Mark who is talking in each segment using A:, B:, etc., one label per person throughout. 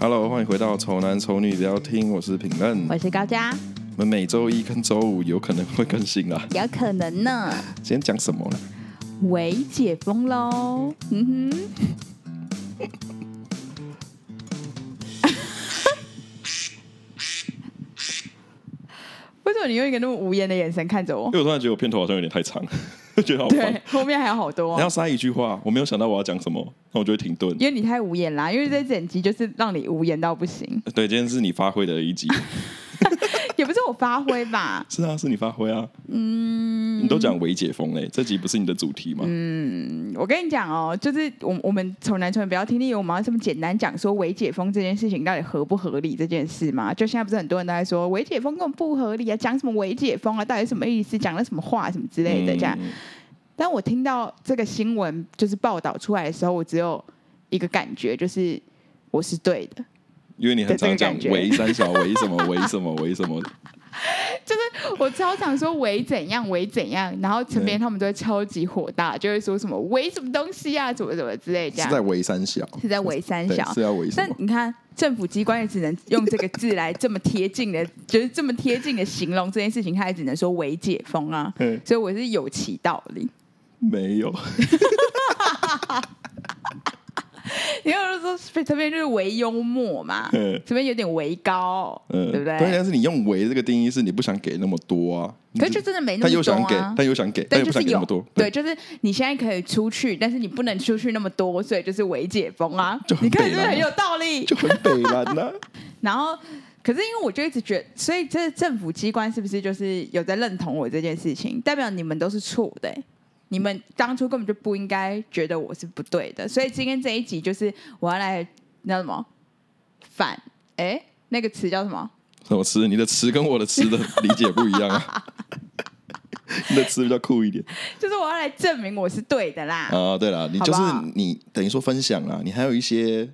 A: Hello，欢迎回到《丑男丑女聊天》，我是评论。
B: 我是高佳，
A: 我们每周一跟周五有可能会更新啦。
B: 有可能呢，
A: 今天讲什么呢？
B: 为解封喽。嗯哼， 为什么你用一个那么无言的眼神看着我
A: 因？为我突然觉得我片头好像有点太长了， 觉得好
B: 对
A: 烦。，
B: 后面还有好多哦
A: 你要，塞一句话，我没有想到我要讲什么，那我就会停 顿。
B: 因为你太无言啦，因为这整集就是让你无言到不行，
A: 对，今天是你发挥的一集，？
B: 也不是我发挥吧
A: 是啊，是你发挥啊。嗯，你都讲微解封嘞，这集不是你的主题吗？
B: 嗯我跟你讲哦，就是我我们丑男丑女不要听，你以为我们要这么简单讲说伪解封这件事情到底合不合理这件事吗？就现在不是很多人都在说伪解封根本不合理啊，讲什么伪解封啊，到底什么意思？讲了什么话什么之类的这样。
A: 嗯
B: 但我听到这个新闻就是报道出来的时候，我只有一个感觉，就是我是对 的。
A: 因为你很常讲
B: 对这个感觉
A: 围三小围什么围什么围什 么，
B: 我超想说为怎样为怎样，然后身
A: 嗯
B: 边他们都会超级火大，就会说什么为什么东西啊，怎么怎么之类这
A: 是
B: 样。
A: 在围三小，
B: 是在围三
A: 对
B: 小，，
A: 是要围什
B: 但
A: 么？
B: 你看，政府机关也只能用这个字来这么贴近的，就是这么贴近的形容这件事情，他也只能说为解封啊。
A: 嗯
B: 所以我是有其道理。
A: 没有，
B: 因为我就说这边就是为幽默嘛
A: 嗯，
B: 这边有点为高，
A: 嗯，
B: 对不
A: 对，
B: 对？
A: 但是你用“为”这个定义是你不想给那么多啊，你
B: 可是就真的没那
A: 但又
B: 么多
A: 想给，
B: 啊。
A: 但又想给，但
B: 对，
A: 又不
B: 就
A: 想
B: 是
A: 给那
B: 有
A: 么多，
B: 对，，就是你现在可以出去，但是你不能出去那么多，所以就是为解封啊
A: 就。很
B: 你看
A: 北
B: 是不是
A: 蓝
B: 很
A: 啊
B: 有道 理？
A: 就很北蓝 呐、
B: 然后，可是因为我就一直觉得，所以这政府机关是不是就是有在认同我这件事情？代表你们都是错的欸、你们当初根本就不应该觉得我是不对的。所以今天这一集就是我要来那什么反哎、那个词叫什么？
A: 什么词？你的词跟我的词的理解不一样啊。 你的词比较酷一点
B: 就是我要来证明我是对的啦，
A: 啊！对了，你
B: 好
A: 就
B: 不
A: 是
B: 好
A: 你等于说分享啦，你还有一些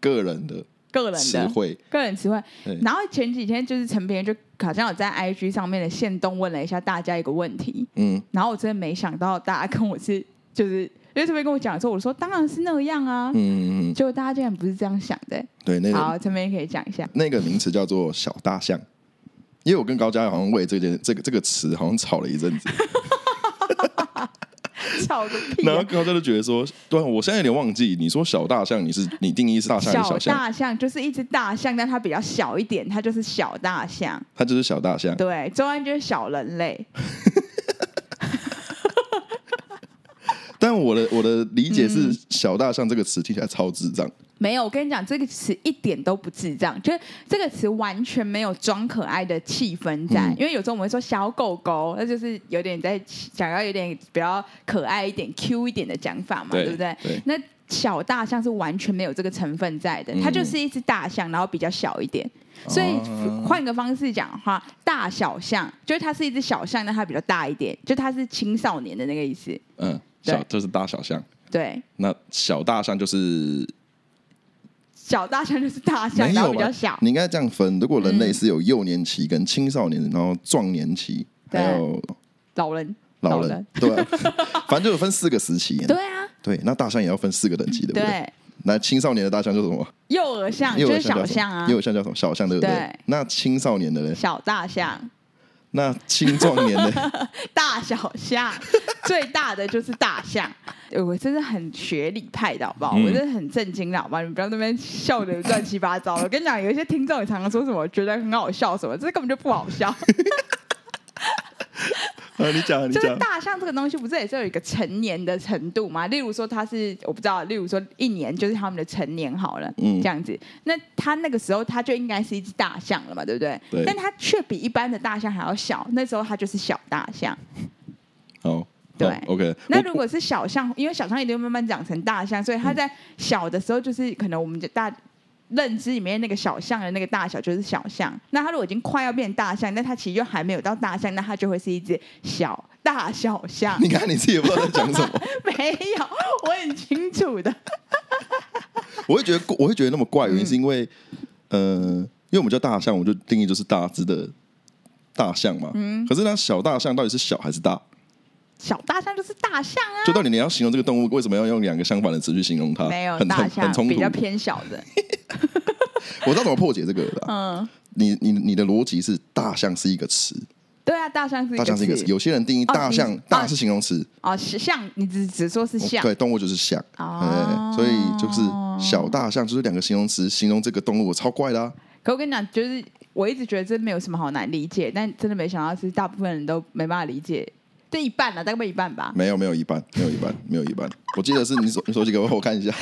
A: 个人的
B: 个人
A: 词
B: 的。
A: 汇，
B: 个人词汇
A: 对。
B: 然后前几天就是陈平就好像有在 IG 上面的线动问了一下大家一个问题，
A: 嗯，
B: 然后我真的没想到大家跟我是就是，因为这边跟我讲的时候，我说当然是那样啊，
A: 嗯嗯嗯，嗯
B: 结果大家竟然不是这样想的、
A: 对，那个
B: 好，这边可以讲一 下，
A: 那个名词叫做小大象，因为我跟高嘉好像为这件这个这个词好像吵了一阵子，
B: 笑个屁
A: 然
B: 啊、
A: 后高嘉就觉得说，对啊，我现在有点忘记，你说小大象，你是你定义是大象还是
B: 小
A: 小象？
B: 大象就是一只大象，但它比较小一点，它就是小大象。
A: 它就是小大象，
B: 对，中安就是小人类。
A: 但我的我的理解是，小大象这个词听起来超智障。
B: 没有，我跟你讲，这个词一点都不智障，就是这个词完全没有装可爱的气氛在。
A: 嗯
B: 因为有时候我们会说小狗狗，那就是有点在想要有点比较可爱一点、Q 一点的讲法嘛，
A: 对
B: 对不对？
A: 对
B: 那小大象是完全没有这个成分在的
A: 嗯，
B: 它就是一只大象，然后比较小一点。所以
A: 哦
B: 换个方式讲的话，大小象就是它是一只小象，但它比较大一点，就它是青少年的那个意思。
A: 嗯，小
B: 对
A: 这是大小象，
B: 对，
A: 那小大象就是
B: 小大象就是大象，
A: 没
B: 然后
A: 有
B: 比
A: 吧
B: 较小？。
A: 你应该这样分，如果人类是有幼年期、跟青少年，然后壮年期，
B: 对
A: 还有
B: 老人，
A: 老
B: 老
A: 人
B: 人，
A: 对啊、反正就有分四个时期。
B: 对啊，
A: 对，那大象也要分四个等级，对不对？
B: 对，
A: 那青少年的大象就是什么？
B: 幼儿象
A: 幼
B: 就
A: 儿
B: 是
A: 象
B: 小
A: 叫什
B: 象
A: 么
B: 啊？
A: 幼，儿象叫什么？小象，对不对
B: 对？
A: 那青少年的呢？
B: 小大象，
A: 那青壮年 的
B: 大 小象，最大的就是大象。呃我真的很学理派的好不好？
A: 嗯
B: 我真的很震惊的好不好？你不要那边笑的乱七八糟的。我跟你讲，有一些听众也常常说什么觉得很好笑什么，这根本就不 好笑。
A: 啊，你讲，你
B: 就是
A: 讲，
B: 大象这个东西，不是也是有一个成年的程度吗？例如说它是我不知道，例如说一年就是他们的成年好了，
A: 嗯
B: 这样子。那它那个时候它就应该是一只大象了嘛，对不对？
A: 对
B: 但它却比一般的大象还要小，那时候它就是小大象。
A: 好，
B: 对
A: 好，OK。
B: 那如果是小象，因为小象一定会慢慢长成大象，所以
A: 嗯
B: 它在小的时候就是可能我们的大。认知里面那个小象的那个大小就是小象，那它如果已经快要变大象，那它其实就还没有到大象，那它就会是一只小大小 象
A: 我。你看你自己也不知道在讲什么，
B: 没有，我很清楚的。
A: 我会觉得我会觉得那么怪，原因是因为，呃，
B: 嗯
A: 因为我们叫大象，我就定义就是大只的大象嘛。
B: 嗯
A: 可是那小大象到底是小还是大？
B: 小大象就是大象啊，
A: 就到底你要形容这个动物，为什么要用两个相反的词去形容它？
B: 没有
A: 很
B: 大
A: 很
B: 象
A: 很冲
B: 比
A: 突
B: 较。偏小的。
A: 我知道怎么破解这个了啦。
B: 嗯，
A: 你你你的逻辑是大象是一个词，
B: 对啊，大象是一
A: 大
B: 个
A: 象是一个词。
B: 词
A: 有些人定义大象，
B: 你哦
A: 大是形容词，哦
B: 哦，是象，你只只说是象，
A: 对，动物就是象。
B: 哦
A: 哎所以就是小大象就是两个形容词，形容这个动物，我超怪啊啦、
B: 可我跟你讲，就是我一直觉得这没有什么好难理解，但真的没想到是大部分人都没办法理解，这一半了，大概一半吧。
A: 没有没有一半，没有一半，没有一 半。我记得是你手你手机给我，我看一下。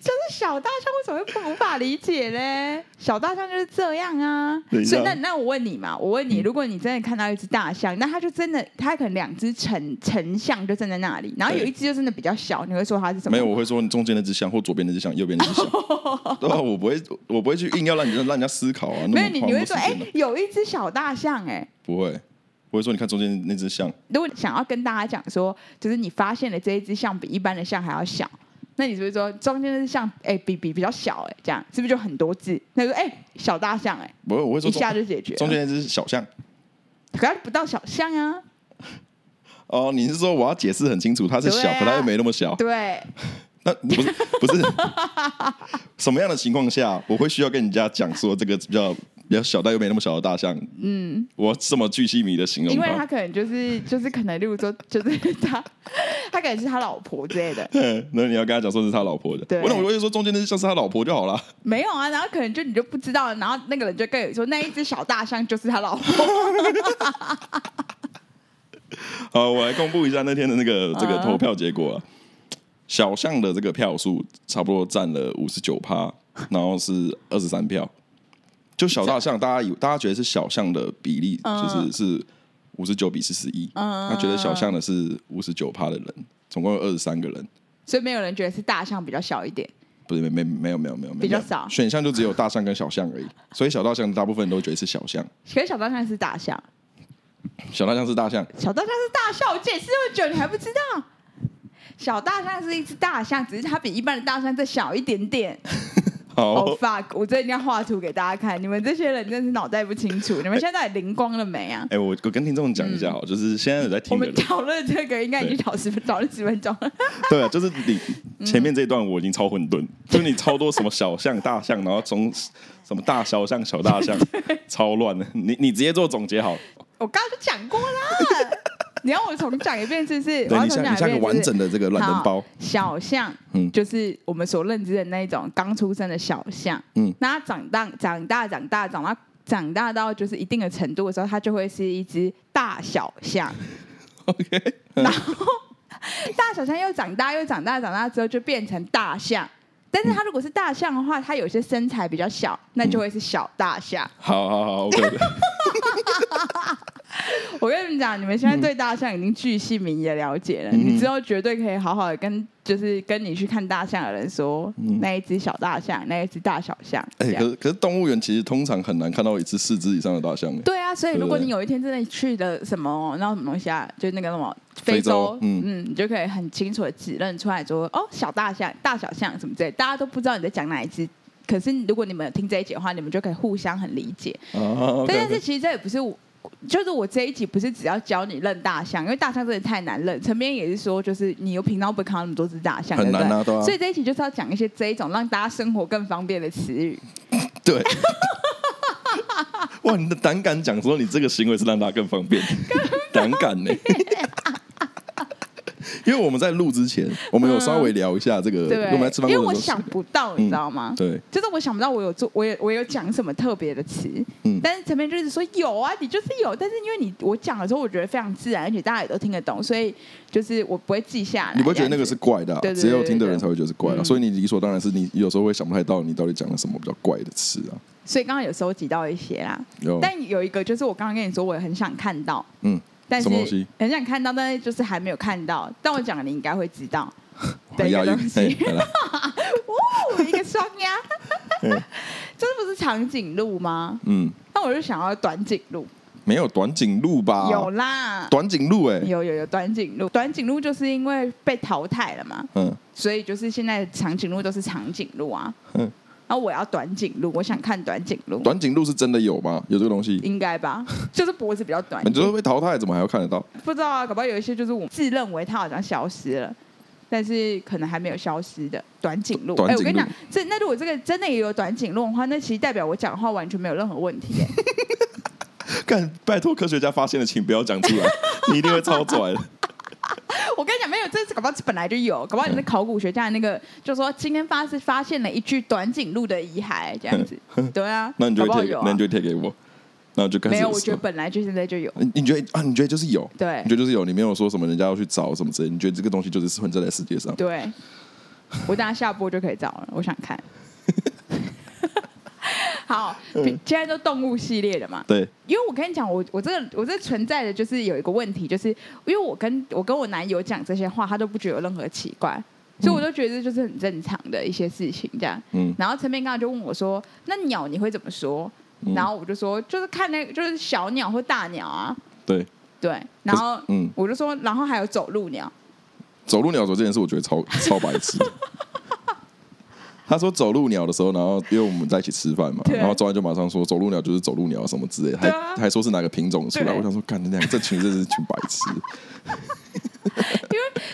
B: 就是小大象为什么会不无法理解嘞？小大象就是这样啊
A: 等。一下
B: 所以那那我问你嘛，我
A: 嗯
B: 问你，如果你真的看到一只大象，那它就真的，它可能两只成成象就站在那里，然后有
A: 对
B: 一只就真的比较小，你会说它是什么？
A: 没有，我会说你中间那只象，或左边那只 象，右边那只象。对啊，我不会，我不会去硬要让你让人家思考啊。那么
B: 没有你
A: 花
B: 你
A: 那
B: 会
A: 么多
B: 说，
A: 时
B: 哎、
A: 间呢
B: 有一只小大象、哎。
A: 不会，我会说你看中间那只象，
B: 如果想要跟大家讲说，就是你发现了这一只象比一般的象还要小，那你是不是说中间那只象哎、比比比较小哎、这样是不是就很多字？那就说哎、小大象哎、
A: 不会，我会说
B: 一
A: 中
B: 下就解决了
A: 中间那只小象。
B: 可它不到小象啊，
A: 哦，你是说我要解释很清楚，它是小，
B: 对啊
A: 可它又没那么小。
B: 对，
A: 那不是不是什么样的情况下，我会需要跟人家讲说这个比较比较小但又没那么小的大象？嗯，我这么巨细靡的形容
B: 因为他
A: 它，
B: 可能就是就是可能，例如说就是他，他可能是他老婆之类的，
A: 那你要跟他讲说是他老婆的，
B: 对
A: 我那我就说中间那只像是他老婆就好了。
B: 没有啊，然后可能就你就不知道，然后那个人就跟你说那一只小大象就是他老婆，
A: 好，我来公布一下那天的那 个这个
B: 啊
A: 投票结果、啊。小象的这个票数差不多占了五十九趴，然后是二十三票。就小大 象，大家以大家觉得是小象的比例，
B: 嗯
A: 就是是五十九比四十一。他觉得小象的是五十九趴的人，总共有二十三个人，
B: 所以没有人觉得是大象比较小一点，
A: 不是没没没有没有没有没有
B: 比较少
A: 选项就只有大象跟小象而已。所以小大象大部分人都觉得是小象，
B: 可是小大象是大象，
A: 小大象是大象，
B: 小大象是大象，我解释那么久你还不知道？小大象是一只大象，只是它比一般的大象再小一点点。
A: 好、
B: 哦、fuck！我这一定要画图给大家看，你们这些人真是脑袋不清楚。你们现在到底灵光了没啊？
A: 哎、我我跟听众讲一下好，就是现在有在
B: 嗯我
A: 听的
B: 们
A: 人，
B: 讨论这个应该已经讨十分讨论十分钟了。
A: 对啊，就是
B: 嗯
A: 你前面这一段我已经超混沌，就是你超多什么小象、大象，然后从什么大小象、小大象，超乱的。你你直接做总结好，
B: 我刚刚就讲过啦， 你要我重讲一遍是不是？我
A: 对
B: 要
A: 你像
B: 重讲
A: 你
B: 一
A: 像
B: 遍
A: 一
B: 是
A: 个
B: 不是
A: 完整的这个懒人包
B: 好，小象，
A: 嗯
B: 就是我们所认知的那一种刚出生的小象，
A: 嗯
B: 那它长大、长大、长大、长大、长大到就是一定的程度的时候，它就会是一只大小 象。
A: ，OK，
B: 大小象又长大，又长大，长大之后就变成大象。但是它如果是大象的话，它有些身材比较小，那就会是小大象。
A: 好好好，OK，嗯
B: 我跟你们讲，你们现在对大象已经巨细靡遗的了解了，
A: 嗯
B: 你之后绝对可以好好的跟就是跟你去看大象的人说，那一只小大象，那一只大小象。
A: 嗯哎、
B: 这样
A: 可是可是动物园其实通常很难看到一只四只以上的大象、哎
B: 对啊，所以如果
A: 对
B: 你有一天真的去了什么，然后什么东西啊，就那个什么非
A: 非洲
B: 嗯
A: 嗯
B: 你就可以很清楚的指认出来说，哦，小大象、大小象什么之类，大家都不知道你在讲哪一只。可是如果你们有听这一集的话，你们就可以互相很理解。
A: 啊，OK，,
B: 但是其实这也不是我，就是我这一集不是只要教你认大象，因为大象真的太难认。陈边也是说，就是你又平常不会看到那么多只大象，
A: 很
B: 对不
A: 难啊
B: 对？
A: 对啊
B: 所以这一集就是要讲一些这一种让大家生活更方便的词语。
A: 对。 哇，你的胆敢讲说你这个行为是让大家更方 便，胆敢呢、因为我们在录之前，我们有稍微聊一下这个，
B: 对，
A: 我们在吃饭过程
B: 因为
A: 中
B: 我想不到，
A: 嗯
B: 你知道吗？
A: 对，
B: 就是我想不到我有做，我也我有讲什么特别的词，
A: 嗯
B: 但是陈边就是说有啊，你就是有，但是因为你我讲的时候，我觉得非常自然，而且大家也都听得懂，所以就是我不会记下来。
A: 你不会觉得那个
B: 这
A: 是
B: 样子
A: 怪的、啊，
B: 对对对
A: 只有听的人
B: 对
A: 才会觉得是怪的、啊
B: 嗯
A: 所以你理所当然是你有时候会想不太到你到底讲了什么比较怪的词啊。
B: 所以刚刚有收集到一些啦，
A: 有
B: 但有一个就是我刚刚跟你说，我很想看到，
A: 嗯，
B: 但是
A: 什么东西
B: 很想看到，但是就是还没有看到。但我讲了，你应该会知道。
A: 我
B: 对一
A: 押
B: 个
A: 韵
B: 东，
A: 嘿
B: 西，
A: 来来，
B: 我哦一个双 鸭， 这不是长颈鹿吗？
A: 嗯，
B: 那我就想要短颈鹿，
A: 没有短颈鹿吧？
B: 有啦，
A: 短颈鹿哎、
B: 有有有短颈鹿，短颈鹿就是因为被淘汰了嘛，
A: 嗯，
B: 所以就是现在长颈鹿都是长颈鹿啊。
A: 嗯
B: 然后我要短颈鹿，我想看短颈鹿，
A: 短颈鹿是真的有吗？有这个东西？
B: 应该 吧？就是脖子比较短一
A: 你
B: 点
A: 最后被淘汰，怎么还要看得到？
B: 不知道啊，搞不好有一些就是我自认为它好像消失了，但是可能还没有消失的短颈鹿。
A: 短
B: 哎、
A: 颈
B: 我
A: 鹿
B: 跟你讲，这那如果这个真的也有短颈鹿的话，那其实代表我讲话完全没有任何问题、哎
A: 干，拜托科学家发现了，请不要讲 出来，你一定会超拽的。
B: 我跟你讲，没有，这搞不好本来就有，搞不好你是考古学家的那个，就说今天发是发现了一具短颈鹿的遗骸，这样子。 对啊，
A: 那你就
B: 搞不好
A: 会贴，
B: 有、啊
A: 那你。就会贴给我，那我就开始
B: 没有，我觉得本来就现在就有。
A: 你你觉得啊？你觉得就是有，
B: 对
A: 你觉得就是有，你没有说什么人家要去找什么之类，你觉得这个东西就是存在在世界上。
B: 对，我等下下播就可以找了，我想 看。好，
A: 嗯
B: 现在都动物系列的嘛，
A: 对，
B: 因为我跟你讲，我我这个我这存在的就是有一个问题，就是因为我跟我跟我男友讲这些话，他都不觉得有任何奇怪，所以我都觉得这就是很正常的一些事情这样。
A: 嗯
B: 然后陈明刚刚就问我说：“那鸟你会怎么说？”
A: 嗯
B: 然后我就说：“就是看那个就是小鸟或大鸟啊。
A: 对，”
B: 对，然后
A: 嗯，
B: 我就说，然后还有走路鸟，
A: 走路鸟走这件事，我觉得 超超白痴。他说走路鸟的时候，然后因为我们在一起吃饭嘛，
B: 对
A: 然后周安就马上说走路鸟就是走路鸟什么之类，还、
B: 对啊
A: 还说是哪个品种出来，
B: 对
A: 我想说，干，这两这群真是一群白痴。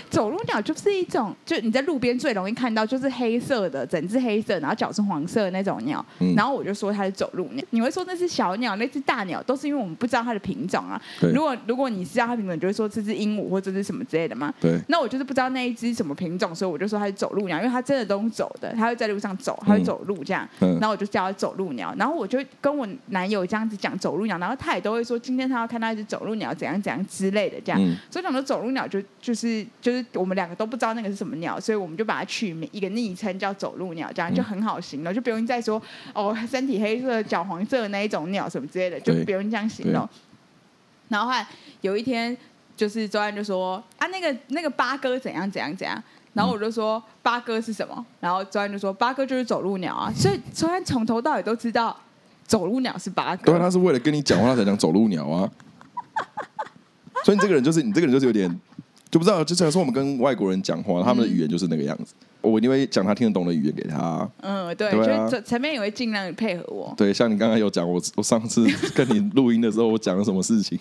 B: 走路鸟就是一种，就你在路边最容易看到，就是黑色的，整只黑色，然后脚是黄色的那种鸟。
A: 嗯
B: 然后我就说它是走路鸟，你会说那是小鸟，那只大鸟，都是因为我们不知道它的品种啊。
A: 对
B: 如果如果你知道它品种，你就会说这只鹦鹉或这只什么之类的嘛。
A: 对，
B: 那我就是不知道那一只什么品种，所以我就说它是走路鸟，因为它真的都是走的，它会在路上走，它会走路这样。
A: 嗯
B: 然后我就叫它走路鸟，然后我就跟我男友这样子讲走路鸟，然后他也都会说今天他要看到一只走路鸟怎样怎样之类的这样。
A: 嗯
B: 所以讲说走路鸟就就是就是我们两个都不知道那个是什么鸟，所以我们就把它取名一个昵称叫走路鸟，这样就很好形容，就不用再说哦身体黑色、脚黄色的那一种鸟什么之类的，就
A: 对
B: 不用这样形容。然后后来有一天，就是周安就说啊那个那个八哥怎样怎样怎样。然后我就说八哥是什么？然后周安就说八哥就是走路鸟啊，所以周安从头到尾都知道走路鸟是八
A: 对啊，
B: 哥。
A: 他是为了跟你讲话，他才讲走路鸟 啊。所以你这个人就是你这个人就是有点就不知道，就假如说我们跟外国人讲话，他们的语言就是那个样子。我一定会讲他听得懂的语言给他。
B: 嗯，对，
A: 对啊
B: 就是陈面也会尽量配合我。
A: 对，像你刚刚有讲，我我上次跟你录音的时候，我讲了什么事情？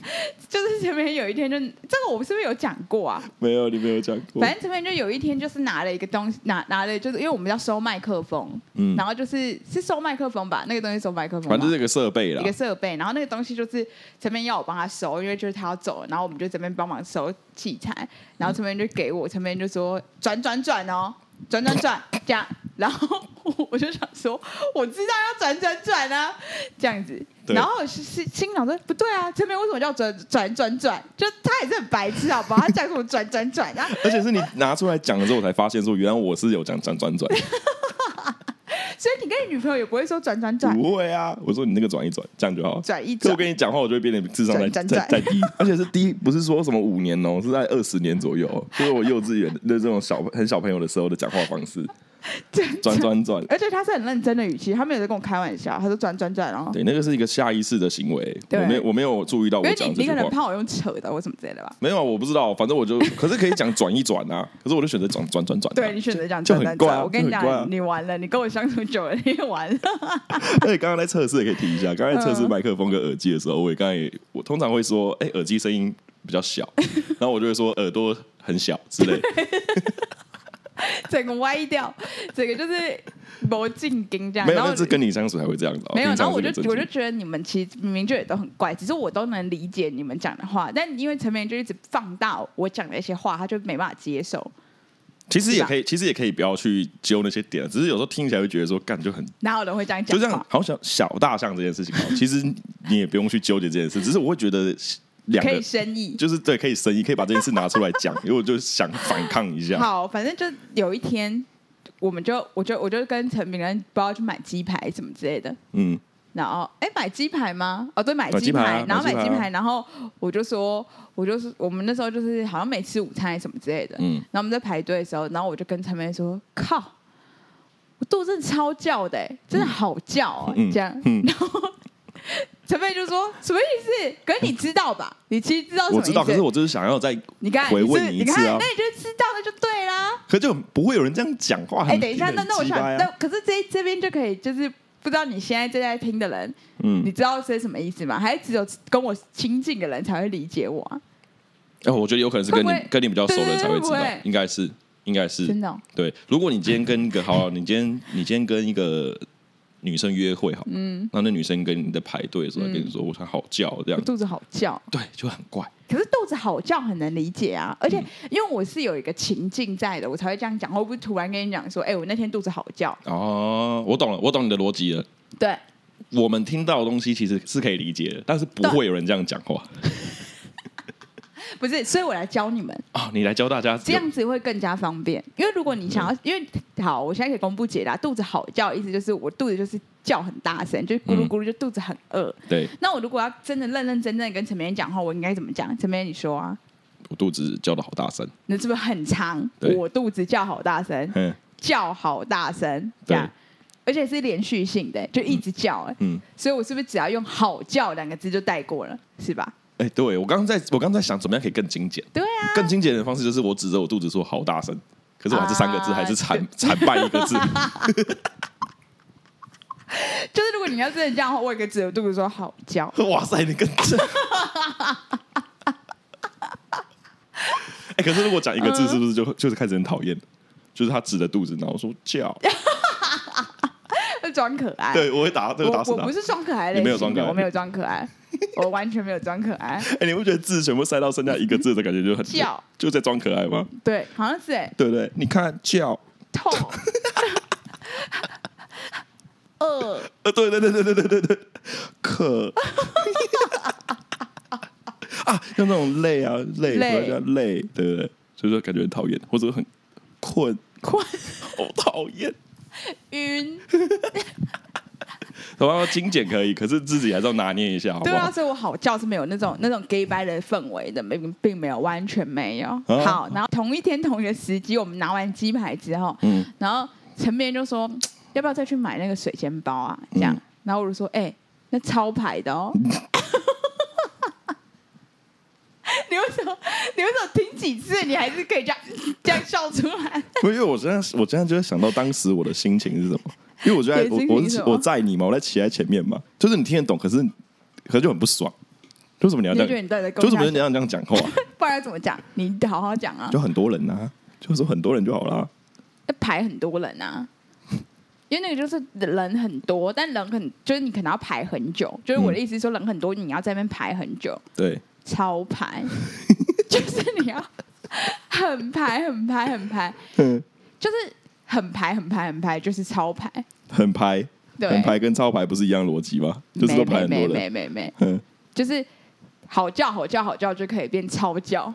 B: 就是前面有一天就这个我是不是有讲过啊？
A: 没有，你没有讲过
B: 反。正前面就有一天就是拿了一个东西，拿拿了就是因为我们要收麦克风，
A: 嗯
B: 然后就是是收麦克风吧，那个东西收麦克风吧，
A: 反正就是一个设备啦
B: 一。个设备，然后那个东西就是陈面要我帮他收，因为就是他要走了，然后我们就这边帮忙收器材，然后陈面就给我，陈面就说转转转 哦，转转转这样，然后我就想说我知道要转转转啊，这样子，
A: 对
B: 然后我心心心想说不对啊，陈面为什么叫转转转转？就他也是很白痴好不好？他讲什么转转转啊？
A: 而且是你拿出来讲了之后，我才发现说，原来我是有讲转转转。
B: 所以你跟你女朋友也不会说转转转
A: 不会啊， 我说你那个转一转， 这样就好。
B: 转一
A: 可
B: 转
A: 我，跟你讲话，我就会变得智商在
B: 转
A: 在
B: 转
A: 在低，而且是低，不是说什么五年哦、是在二十年左右哦，就是我幼稚园的这种小很小朋友的时候的讲话方式，转转转，
B: 而且他是很认真的语气，他没有在跟我开玩笑，他说转转转哦。
A: 对，那个是一个下意识的行为，
B: 对
A: 我没我没有注意到我
B: 因为
A: 讲
B: 你
A: 这
B: 你
A: 句
B: 可能
A: 话，
B: 怕我用扯的或什么之类的吧？
A: 没有啊，我不知道，反正我就，可是可以讲转一转啊，可是我就选择讲转转转啊，
B: 对你选择这样
A: 就
B: 转
A: 很
B: 转
A: 怪啊
B: 转，我跟你
A: 就很怪啊
B: 讲，你完了，你跟我相处久了，你也完了。
A: 而且刚刚在测试也可以提一下，刚才
B: 嗯
A: 测试麦克风跟耳机的时候，我也刚才也我通常会说，哎、耳机声音比较 小，然后我就会说耳朵很小之类，
B: 整个歪掉，整个就是没进京这样。
A: 没有，
B: 啊然后
A: 那是跟你相处才会这样子、哦。
B: 没
A: 平
B: 有，然
A: 常
B: 后我
A: 是
B: 就
A: 很正
B: 我
A: 常
B: 就觉得你们其实明明就也都很怪，只是我都能理解你们讲的话，但因为陈明就一直放大我讲的一些话，他就没办法接受。
A: 其实也可以，其实也可以不要去揪那些点，只是有时候听起来会觉得说，干就很
B: 哪有人会这样
A: 就
B: 讲
A: 这样
B: 话？，
A: 好像小大象这件事情 哦，其实你也不用去纠结这件事，只是我会觉得两
B: 可以
A: 个
B: 生意。
A: 就是对，可以生意，可以把这件事拿出来 讲，因为我就想反抗一下，
B: 好，反正就有一天，我们就我就我就跟陈明仁不知道去买鸡排什么之类的，
A: 嗯，
B: 然后哎买鸡排吗？哦对，买
A: 买鸡
B: 鸡
A: 排啊
B: 排，然后
A: 买
B: 买
A: 鸡排啊
B: 鸡排，然后我就说我就是我们那时候就是好像没吃午餐什么之类的，
A: 嗯
B: 然后我们在排队的时候，然后我就跟陈明仁说靠。我肚子真的超叫的、欸，真的好叫啊、
A: 嗯
B: 这样，
A: 嗯
B: 然后陈明仁就说什么意思？可是你知道吧？你其实知道什么
A: 我
B: 意思？
A: 知道，可是我就是想要再
B: 你看，
A: 回问
B: 是
A: 你一
B: 你
A: 次
B: 看，
A: 啊
B: 那你就知道了就对啦。
A: 可就不会有人这样讲话。
B: 哎、
A: 很
B: 等一下，那那我
A: 很鸡
B: 想，
A: 掰啊
B: 那可是这这边就可以，就是不知道你现在正在听的人，
A: 嗯
B: 你，知道这是什么意思吗？还是只有跟我亲近的人才会理解我啊？
A: 哦，我觉得有可能是跟你
B: 会不会
A: 跟你比较熟的人才会知道
B: 对会不会，
A: 应该是应该是嗯
B: 真的哦、
A: 对，如果你今天跟一个好，你今天你今天跟一个女生约会好，嗯，那那女生跟你在排队的时候，跟你说我想好叫这样
B: 我，肚子好叫。
A: 对，就很怪。
B: 可是肚子好叫很能理解啊，而且因为我是有一个情境在的，我才会这样讲。我不是突然跟你讲说，哎、我那天肚子好叫。
A: 哦，我懂了，我懂你的逻辑了。
B: 对，
A: 我们听到的东西其实是可以理解的，但是不会有人这样讲话
B: 不是，所以我来教你们，
A: 哦，你来教大家
B: 这样子会更加方便。因为如果你想要，因为好，我现在可以公布解答，肚子好叫，意思就是我肚子就是叫很大声，就是
A: 嗯
B: 咕噜咕噜，就肚子很饿。
A: 对
B: 那我如果要真的认认真真的跟陈明讲话，我应该怎么讲？陈明，你说啊，
A: 我肚子叫的好大声，
B: 那是不是很长？
A: 对
B: 我肚子叫好大声，
A: 嗯
B: 叫好大声，这
A: 对
B: 样，而且是连续性的，就一直叫、哎、
A: 嗯，
B: 所以我是不是只要用“好叫”两个字就带过了，是吧？
A: 哎、对我刚刚在我刚刚在想怎么样可以更精简，
B: 对啊，
A: 更精简的方式就是我指着我肚子说好大声，可是我还是三个字，
B: 啊
A: 还是惨惨败一个字，
B: 就是如果你要真的这样的话，我也可以指着肚子说“好叫”，
A: 哇塞，你更 正。哎、可是如果讲一个字，是不是就、就是开始很讨厌？就是他指着肚子，然后说 叫，
B: 装可 爱。
A: 对我会打，对
B: 我
A: 打死
B: 我
A: 他
B: 不。是装可爱类
A: 你没有装
B: 型
A: 可
B: 的，
A: 爱
B: 我没有装可 爱，我完全没有装可爱。
A: 哎、你不觉得字全部塞到剩下一个字的感觉就很
B: 叫
A: 就在装可爱吗？
B: 对，好像是哎、
A: 对不对？你看叫，
B: 痛， 饿，
A: 呃，对对对对对对对 对，渴 啊，用那种累啊累，
B: 累
A: 叫累，对不对？所以说感觉很讨厌，或者很困，
B: 困，
A: 好讨厌。
B: 晕。
A: 然后精简可以，可是自己还是要拿捏一下，好不
B: 对啊，
A: 好？
B: 所以我好叫是没有那种那种 gay 掰的氛围的，并并没有，完全没有。
A: 啊
B: 好，然后同一天同一个时机，我们拿完鸡排之后，
A: 嗯
B: 然后陈明就说要不要再去买那个水煎包啊？这样，
A: 嗯
B: 然后我就说哎、那超牌的哦。 你为什么？你为什么听几次你还是可以这样这样笑出来？
A: 不是因为我现在我现在就在想到当时我的心情是什么，因为我就在
B: 你的
A: 我
B: 心情
A: 我
B: 是什
A: 是
B: 么
A: 我在你嘛，我在骑在前面嘛，就是你听得懂，可是可是就很不爽，为什么你要
B: 你
A: 这
B: 就觉得
A: 样
B: 你？到底在跟
A: 就
B: 我
A: 什么
B: 讲
A: 你要这样讲话？
B: 不然要怎么讲？你好好讲啊！
A: 就很多人呐、啊，就说很多人就好啦。
B: 那排很多人啊，因为那个就是人很多，但人很就是你可能要排很久，就是我的意思是说人很多，你要在那边排很久，
A: 对，
B: 超排，就是你要很排很排很排，
A: 嗯
B: 就是很排很排很排，就是超排，
A: 很排，
B: 对，
A: 很排跟超排不是一样逻辑吗？
B: 没，
A: 就是都排很
B: 没
A: 多
B: 没
A: 人。
B: 没没没，
A: 嗯，
B: 就是好叫好叫好叫就可以变超叫。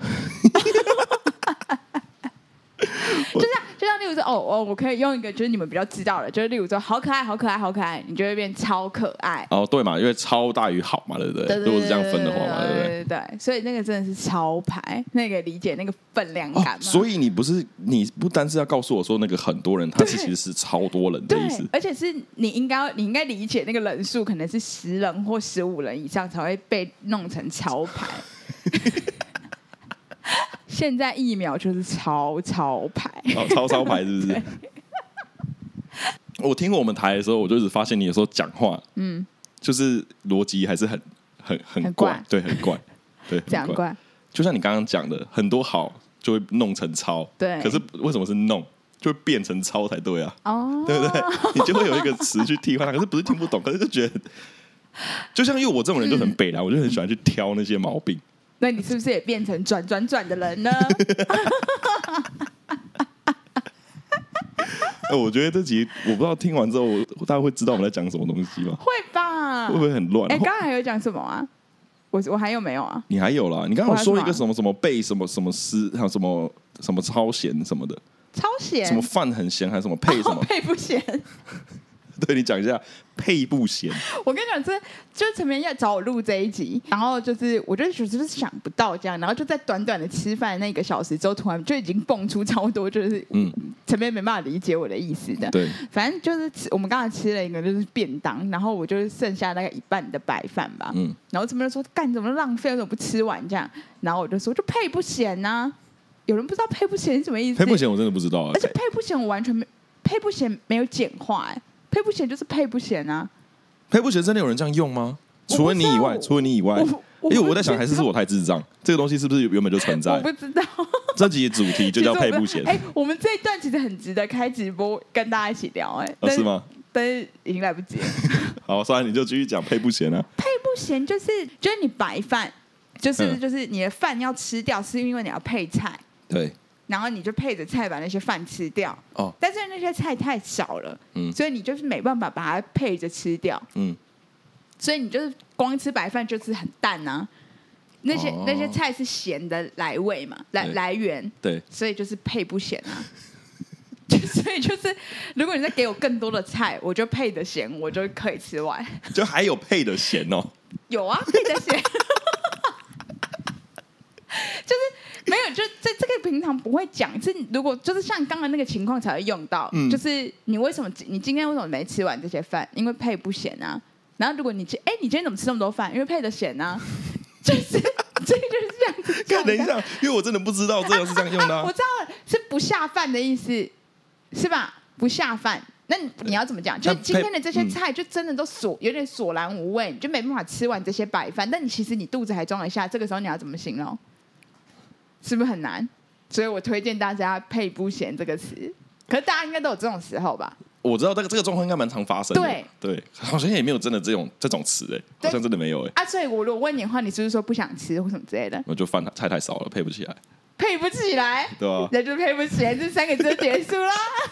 B: 就像就像例如说，哦哦，我可以用一个就是你们比较知道的，就是例如说，好可爱，好可爱，好可爱，你就会变超可爱。
A: 哦，对嘛，因为超大于好嘛，对不对？如果是这样分的话嘛，对不对？
B: 对对对，所以那个真的是超牌，那个理解那个分量
A: 哦
B: 感嘛。，
A: 所以你不是你不单是要告诉我说那个很多人，他
B: 对
A: 是其实是超多人的
B: 对
A: 意思，。
B: 而且是你应该要你应该理解那个人数可能是十人或十五人以上才会被弄成超牌。 现在一秒就是超超牌，
A: 哦，超超牌是不是？ 我听我们台的时候，我就一直发现你有时候讲话，嗯，就是逻辑还是很很很
B: 很
A: 怪
B: 怪，
A: 对，很 怪，对，
B: 这样
A: 很怪。
B: 怪。
A: 就像你刚刚讲的，很多好就会弄成超，
B: 对
A: 可是为什么是弄？就会变成超才对啊，
B: 哦，
A: 对不对？你就会有一个词去替换它，可是不是听不懂，可是就觉得，就像因为我这种人就很北来，我就很喜欢去挑那些毛病。
B: 那你是不是也变成转转转的人 呢？
A: 哎，我觉得这集我不知道听完之后，我大家会知道我们在讲什么东西吗？
B: 会吧
A: 会？不会很乱？
B: 哎、刚刚还有讲什么啊？我我还有没有啊？
A: 你还有啦，你刚刚
B: 我
A: 有
B: 还
A: 说
B: 有
A: 一
B: 什
A: 个
B: 么
A: 什么什么背什么什么诗，还有什么什么超咸什么的，
B: 超咸，
A: 什么饭很咸，还是什么配什么
B: 哦、？配不咸？
A: 对你讲一下，配不咸，
B: 我跟你讲，这就是陈明要找我录这一集，然后就是我就就是想不到这样，然后就在短短的吃饭那一个小时之后，突然就已经蹦出超多，就是
A: 嗯，
B: 陈明没办法理解我的意思的。
A: 对，
B: 反正就是吃，我们刚才吃了一个就是便当，然后我就是剩下大概一半的白饭吧。
A: 嗯，
B: 然后这边就说：“干，怎么浪费？怎么不吃完这样？”然后我就说：“就配不咸呐、有人不知道配不咸是什么意思？
A: 配不，咸我真的不知道啊
B: 而。且配不咸我完全没配不咸没有简化、哎，配不咸就是配不咸啊。
A: 配不咸真的有人这样用吗？
B: 我不
A: 除了你以
B: 知
A: 外，
B: 道
A: 除了你以外
B: 我不，我
A: 因为
B: 不
A: 我在想，
B: 知
A: 还是是我太智障，这个东西是不是原本就存
B: 我
A: 在？
B: 不知道，
A: 这集的主题就叫
B: 其
A: 配
B: 实我们
A: 不贤，
B: 哎、我们这一段其实很值得开直播跟大家一起聊、哎、
A: 哦
B: 但
A: 是吗？
B: 但是已经来不及了。
A: 好，算了，你就继续讲配不贤啊。
B: 配不咸就是就是你白饭，就是、
A: 嗯
B: 就是你的饭要吃掉，是因为你要配菜，
A: 对，
B: 然后你就配着菜把那些饭吃掉。
A: 哦，
B: 但是那些菜太少了，
A: 嗯
B: 所以你就是没办法把它配着吃掉，
A: 嗯，
B: 所以你就是光吃白饭就是很淡啊。那些、
A: 哦
B: 那些菜是咸的来味嘛，来
A: 对
B: 来源，
A: 对，
B: 所以就是配不咸啊。 所以就是，如果你再给我更多的菜，我就配的咸，我就可以吃完。
A: 就还有配的咸哦。
B: 有啊，配的咸， 就是没有，就这这个平常不会讲。是如果就是像刚刚那个情况才会用到，
A: 嗯
B: 就是你为什么你今天为什么没吃完这些饭？因为配不咸啊。然后如果你今哎、你今天怎么吃那么多饭？因为配的咸啊， 就是这就是这样子
A: 看，
B: 讲的。
A: 等一下，因为我真的不知道这个是这样用的
B: 我
A: 啊。
B: 知道了，是不下饭的意思，是吧？不下饭，那你你要怎么讲？就
A: 但
B: 是今天的这些
A: 配嗯
B: 菜，就真的都索有点索然无味，你就没办法吃完这些白饭。但你其实你肚子还装得下，这个时候你要怎么形容？是不是很难？所以我推荐大家“配不咸”这个词。可是大家应该都有这种时候吧？
A: 我知道这个这个状况应该蛮常发生的。
B: 对
A: 对，好像也没有真的这种这种词哎，
B: 对
A: 好像真的没有哎。
B: 啊，所以我如果问你的话，你是不是说不想吃或什么之类的？
A: 我就饭菜太少了，配不起来，
B: 配不起来，
A: 对啊吧？
B: 那就配不起来，这三个字就结束啦。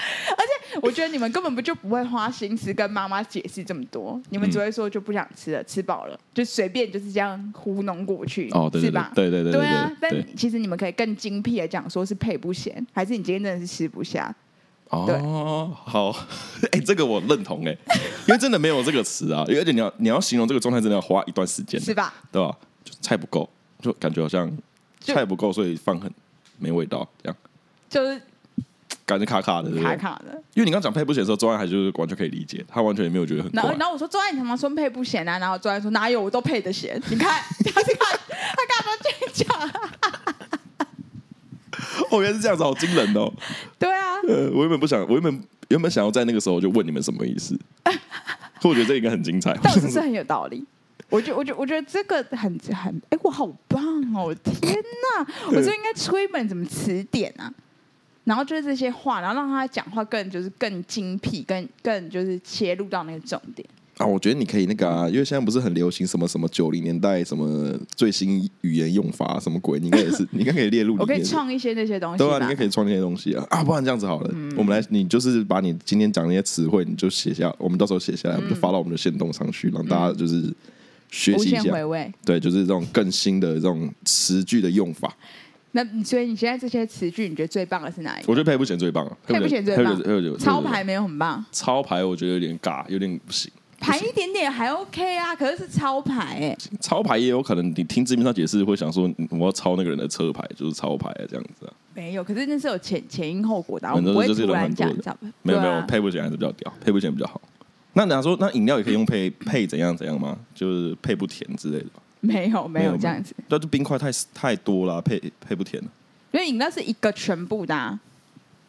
B: 而且我觉得你们根本不就不会花心思跟妈妈解释这么多，你
A: 嗯
B: 们只会说就不想吃了，吃饱了就随便就是这样糊弄过去，
A: 哦对对
B: 是吧？
A: 对对对对对
B: 啊！
A: 对对
B: 但其实你们可以更精辟的讲，说是配不咸，还是你今天真的是吃不下？
A: 哦，好， 哎、这个我认同哎、因为真的没有这个词啊，因为而且你要你要形容这个状态，真的要花一段时间的，
B: 是吧？
A: 对吧？就菜不够，就感觉好像
B: 就
A: 菜不够，所以饭很没味道，这样
B: 就是
A: 感觉卡卡的，对不对？
B: 卡卡的。
A: 因为你刚讲配不起的时候，周安还就是完全可以理解，他完全也没有觉得很
B: 然后
A: 怪，
B: 然后我说周安，你常常说配不咸啊，然后周安说哪有，我都配得咸。你看， 他是看他干嘛这样讲啊？
A: 哦，原来是这样子，好惊人哦！
B: 对啊，
A: 呃， 我原本不想，我原本原本想要在那个时候就问你们什么意 思，可我觉得这应该很精彩，
B: 但我是很有道理。 我觉我觉我觉得这个很很哎、我好棒哦！我天哪，我就应该出一本什么词典啊，然后就是这些话，然后让他讲话更就是更精辟，更更就是切入到那个重点。
A: 啊，我觉得你可以那个啊，因为现在不是很流行什么什么九零年代什么最新语言用法什么鬼，你应该也 是，你应该可以列入里
B: 我可以
A: 面。
B: 创一些那些东西
A: 对啊，你
B: 吧
A: 应该。可以创那些东西啊啊，不然这样子好了，
B: 嗯
A: 我们来，你就是把你今天讲那些词汇，你就写下，我们到时候写下来，我们就
B: 嗯
A: 发到我们的线动上去，让大家就是学
B: 无
A: 习一
B: 限
A: 下。
B: 回味。
A: 对，就是这种更新的这种词句的用法，
B: 那你所以你现在这些词句，你觉得最棒的是哪一个？
A: 我觉得配不贤最棒了，啊
B: 配不贤最
A: 配不贤配不
B: 棒，
A: 贤
B: 超牌没有很棒，
A: 超牌，我觉得有点尬，有点不行。
B: 牌一点点还 OK 啊，可是是超牌哎、
A: 超牌也有可能，你听字面上解释会想说，嗯我要抄那个人的车牌，就是超牌啊，这样子啊。
B: 没有，可是那是有前前因后果的啊，我
A: 反正
B: 们不会
A: 就是
B: 突
A: 有很
B: 然
A: 多
B: 讲
A: 的，
B: 超牌
A: 没有没
B: 对
A: 有
B: 啊，
A: 配不咸还是比较屌，配不咸比较好。那你要说，那饮料也可以用配配怎样怎样吗？就是配不甜之类的吧。
B: 没有没有这样子，，
A: 啊那就冰块太太多了，配配不甜了。
B: 因为饮料是一个全部的、啊。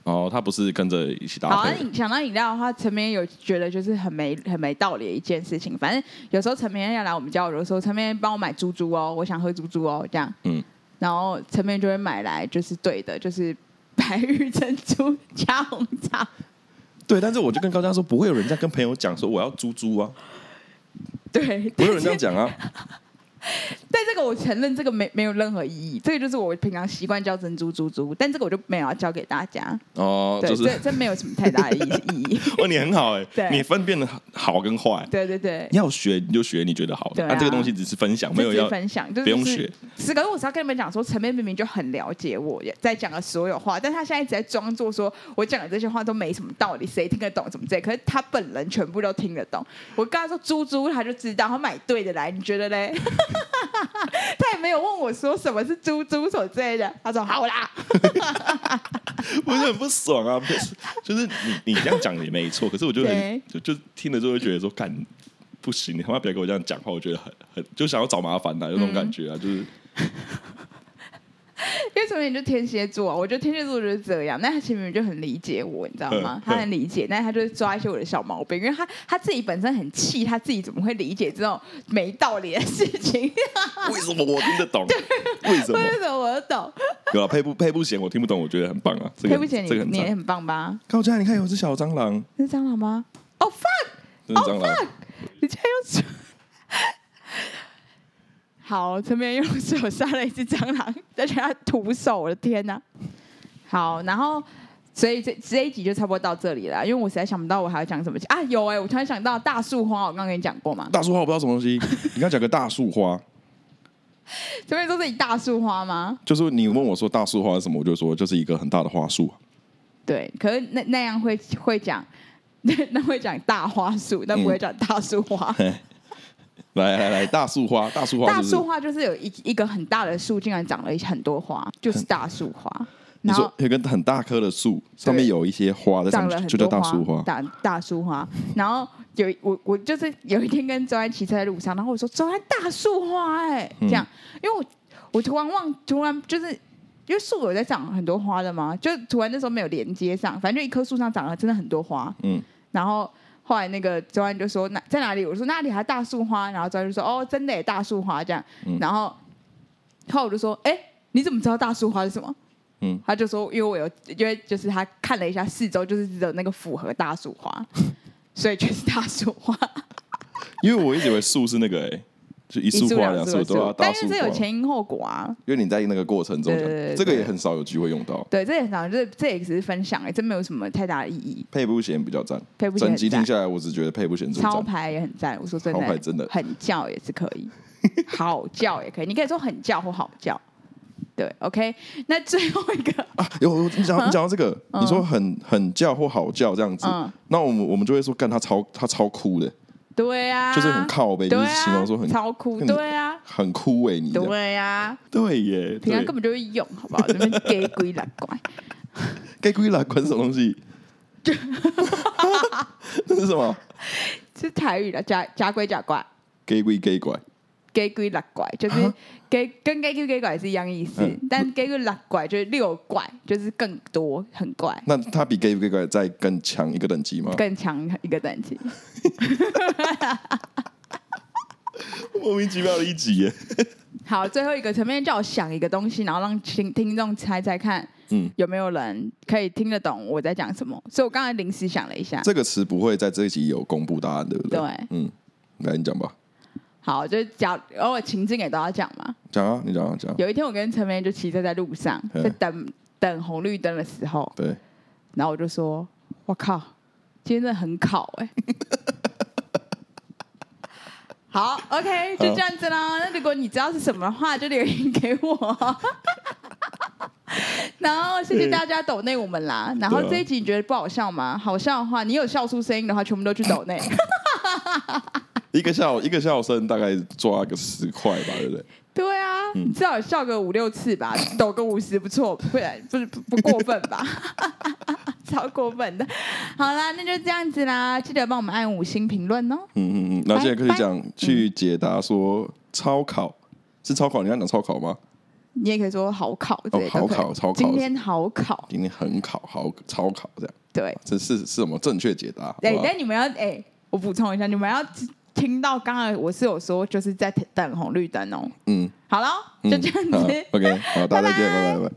A: 哦，它不是跟着一起搭
B: 好，那
A: 配的。
B: 你想到饮料的话，陈明有觉得就是很没很没道理的一件事情。反正有时候陈明要来我们家，我就说陈明帮我买猪猪哦，我想喝猪猪哦，这样。
A: 嗯
B: 然后陈明就会买来，就是对的，就是白玉珍珠加红茶。
A: 对，但是我就跟高嘉说，不会有人在跟朋友讲说我要猪猪啊，
B: 对，
A: 不会有人这样讲啊。
B: 但这个我承认，这个没没有任何意义。这个就是我平常习惯叫珍珠猪猪，但这个我就没有要教给大家。
A: 哦，
B: 对，
A: 就是
B: 这这没有什么太大的意意义。
A: 哦，你很好哎、
B: 对
A: 你分辨的好跟坏。
B: 对对对，
A: 要学你就学你觉得好的，
B: 对啊
A: 那这个东西只是分享，没有
B: 就只
A: 要
B: 是分享，就是
A: 不用
B: 就是
A: 学。
B: 是，可是我是要跟你们讲说，陈妹明明就很了解我，也在讲的所有话，但他现在一直在装作说我讲的这些话都没什么道理，谁听得懂什么之类。可是他本人全部都听得懂。我跟他说猪猪，他就知道，他买对的来，你觉得嘞？ 他也没有问我说什么是猪猪什么之类的，他说好啦，
A: 我就很不爽啊！不是就是你你这样讲也没错，可是我就很
B: 对
A: 就就听了就会觉得说干不行，你他妈不要
B: 嗯
A: 跟我这样讲话，我觉得很很就想要找麻烦呐、有那种感觉啊，就是
B: 因为从前就天蝎座啊，我觉得天蝎座就是这样，但他前面就很理解我，你知道吗
A: 嗯？
B: 他很理解，但他就是抓一些我的小毛病，因为他他自己本身很气，他自己怎么会理解这种没道理的事情？
A: 为什么我听得懂？为什么？
B: 为什么我都懂？
A: 有啊，配不配不贤我听不懂，我觉得很棒啊。这个
B: 对不起，你
A: 这个很
B: 你也
A: 赞。
B: 很棒吧？
A: 高佳，你看有只小蟑螂，
B: 是蟑螂吗？哦、fuck！
A: 这是蟑螂。
B: 你竟然用手？好，陈明用手杀了一只蟑螂，而且他徒手，我的天哪、好，然后所以这这一集就差不多到这里了，因为我实在想不到我还要讲什么啊。有哎、我突然想到大树花，我刚刚跟你讲过嘛，
A: 大树花我不知道什么东西，你刚讲个大树花，
B: 这边说是一大树花吗？
A: 就是你问我说大树花是什么，我就说就是一个很大的花束啊。
B: 对，可是那那样会会讲，那会讲大花树，但不会讲大树 花。
A: 来来来，大树花，大树花
B: 大
A: 是不
B: 树
A: 是？
B: 花就是有一一个很大的树，竟然长了很多花，就是大树花。
A: 你
B: 然后
A: 说有一个很大棵的树，上面有一些花在上
B: 长了
A: 面，
B: 很
A: 就叫
B: 多
A: 大树花。
B: 大大树花。然后有一我我就是有一天跟周安骑车在路上，然后我说周安大树花哎、欸
A: 嗯
B: 这样，因为我我突然忘，突然就是。因为树有在长很多花的嘛，就突然那时候没有连接上，反正就一棵树上长了真的很多花。
A: 嗯，
B: 然后后来那个周安就说那在哪里？我说那里还大树花。然后周安就说哦，真的耶大树花这样。
A: 嗯
B: 然后后来我就说哎、你怎么知道大树花是什么？
A: 嗯
B: 他就说因为我有因为就是他看了一下四周，就是只有那个符合大树花， 所以就是大树花。
A: 因为我一直以为树是那个哎、就 一束花两
B: 树
A: 束都要大
B: 但
A: 树
B: 是
A: 花
B: 这。有前因后果啊。
A: 因为你在那个过程中
B: 对
A: 讲，
B: 对对
A: 这个也很少有机会用到。
B: 对，这也很常，这这也只是分享、哎，真没有什么太大的意义。
A: 配不贤比较赞，
B: 配不贤
A: 整集
B: 很赞
A: 听下来，我只觉得配不贤最
B: 超
A: 赞。
B: 牌也很赞，我说真的，
A: 超牌真的
B: 很叫也是可 以，好叫也可以，你可以说很叫或好叫。对，OK，那最后一 个，
A: 啊，有有你 讲你讲到这个，你说很很叫或好叫这样子
B: 嗯，
A: 那我们我们就会说，干他超他超酷的，
B: 对啊，
A: 就是很靠背，
B: 对
A: 就是
B: 啊，
A: 形容说很
B: 超酷，
A: 很
B: 对啊，
A: 很枯萎你的，
B: 对啊，
A: 对耶，
B: 平常
A: 对
B: 根，本就会用，好不好？这边给鬼来怪，
A: 该归来管什么东西？ 这是什么？
B: 是台语的假假鬼假怪。
A: gay 归 gay 拐，
B: 给鬼六怪，就是
A: 啊
B: 给跟给鬼给拐是一样意思，
A: 嗯
B: 但给鬼六怪就是六怪，就是更多很怪，
A: 那他比 gay 归 gay 拐再更强一个等级吗？
B: 更强一个等级。
A: 莫名其妙的一集耶，
B: 好，最后一个层面叫我想一个东西，然后让听听众猜猜看，
A: 嗯
B: 嗯，有没有人可以听得懂我在讲什么？所以我刚才临时想了一下，
A: 这个词不会在这一集有公布答案，对不对？
B: 啊对
A: 嗯，来你讲吧，
B: 好，就是讲偶尔情境也都要讲嘛。
A: 讲啊，你讲啊，讲啊，
B: 有一天我跟陈梅就骑车在路上，
A: 嗯
B: 在等等红绿灯的时候，
A: 对，
B: 然后我就说：“我靠，今天真的很烤哎、好，OK，就这样子啦。那如果你知道是什么的话，就留言给我。 然后谢谢大家抖内我们啦。然后
A: 对啊
B: 这一集你觉得不好笑吗？好笑的话，你有笑出声音的话，全部都去抖内。
A: 一个笑一个笑声大概抓个十块吧，对不对？
B: 对啊，
A: 嗯
B: 你至少笑个五六次吧，抖个五十不错，不然不是不不过分吧？ 超过分的。好啦，那就这样子啦，记得帮我们按五星评论哦。
A: 嗯嗯嗯，那
B: 拜
A: 现在可以讲去解答说超考是超考，你要讲超考吗？
B: 你也可以说好考之类的，
A: 哦好考
B: 都可以
A: 超考
B: 今天好考，
A: 今天很考，好超考这样，
B: 对，
A: 这是是什么正确解答？好不
B: 哎、
A: 好
B: 但你们要哎、我补充一下，你们要听到刚才我是有说，就是在等红绿灯哦。
A: 嗯，
B: 好了，
A: 嗯
B: 就这样子。
A: 好，OK，好，大家再见，
B: 拜拜
A: 拜拜拜。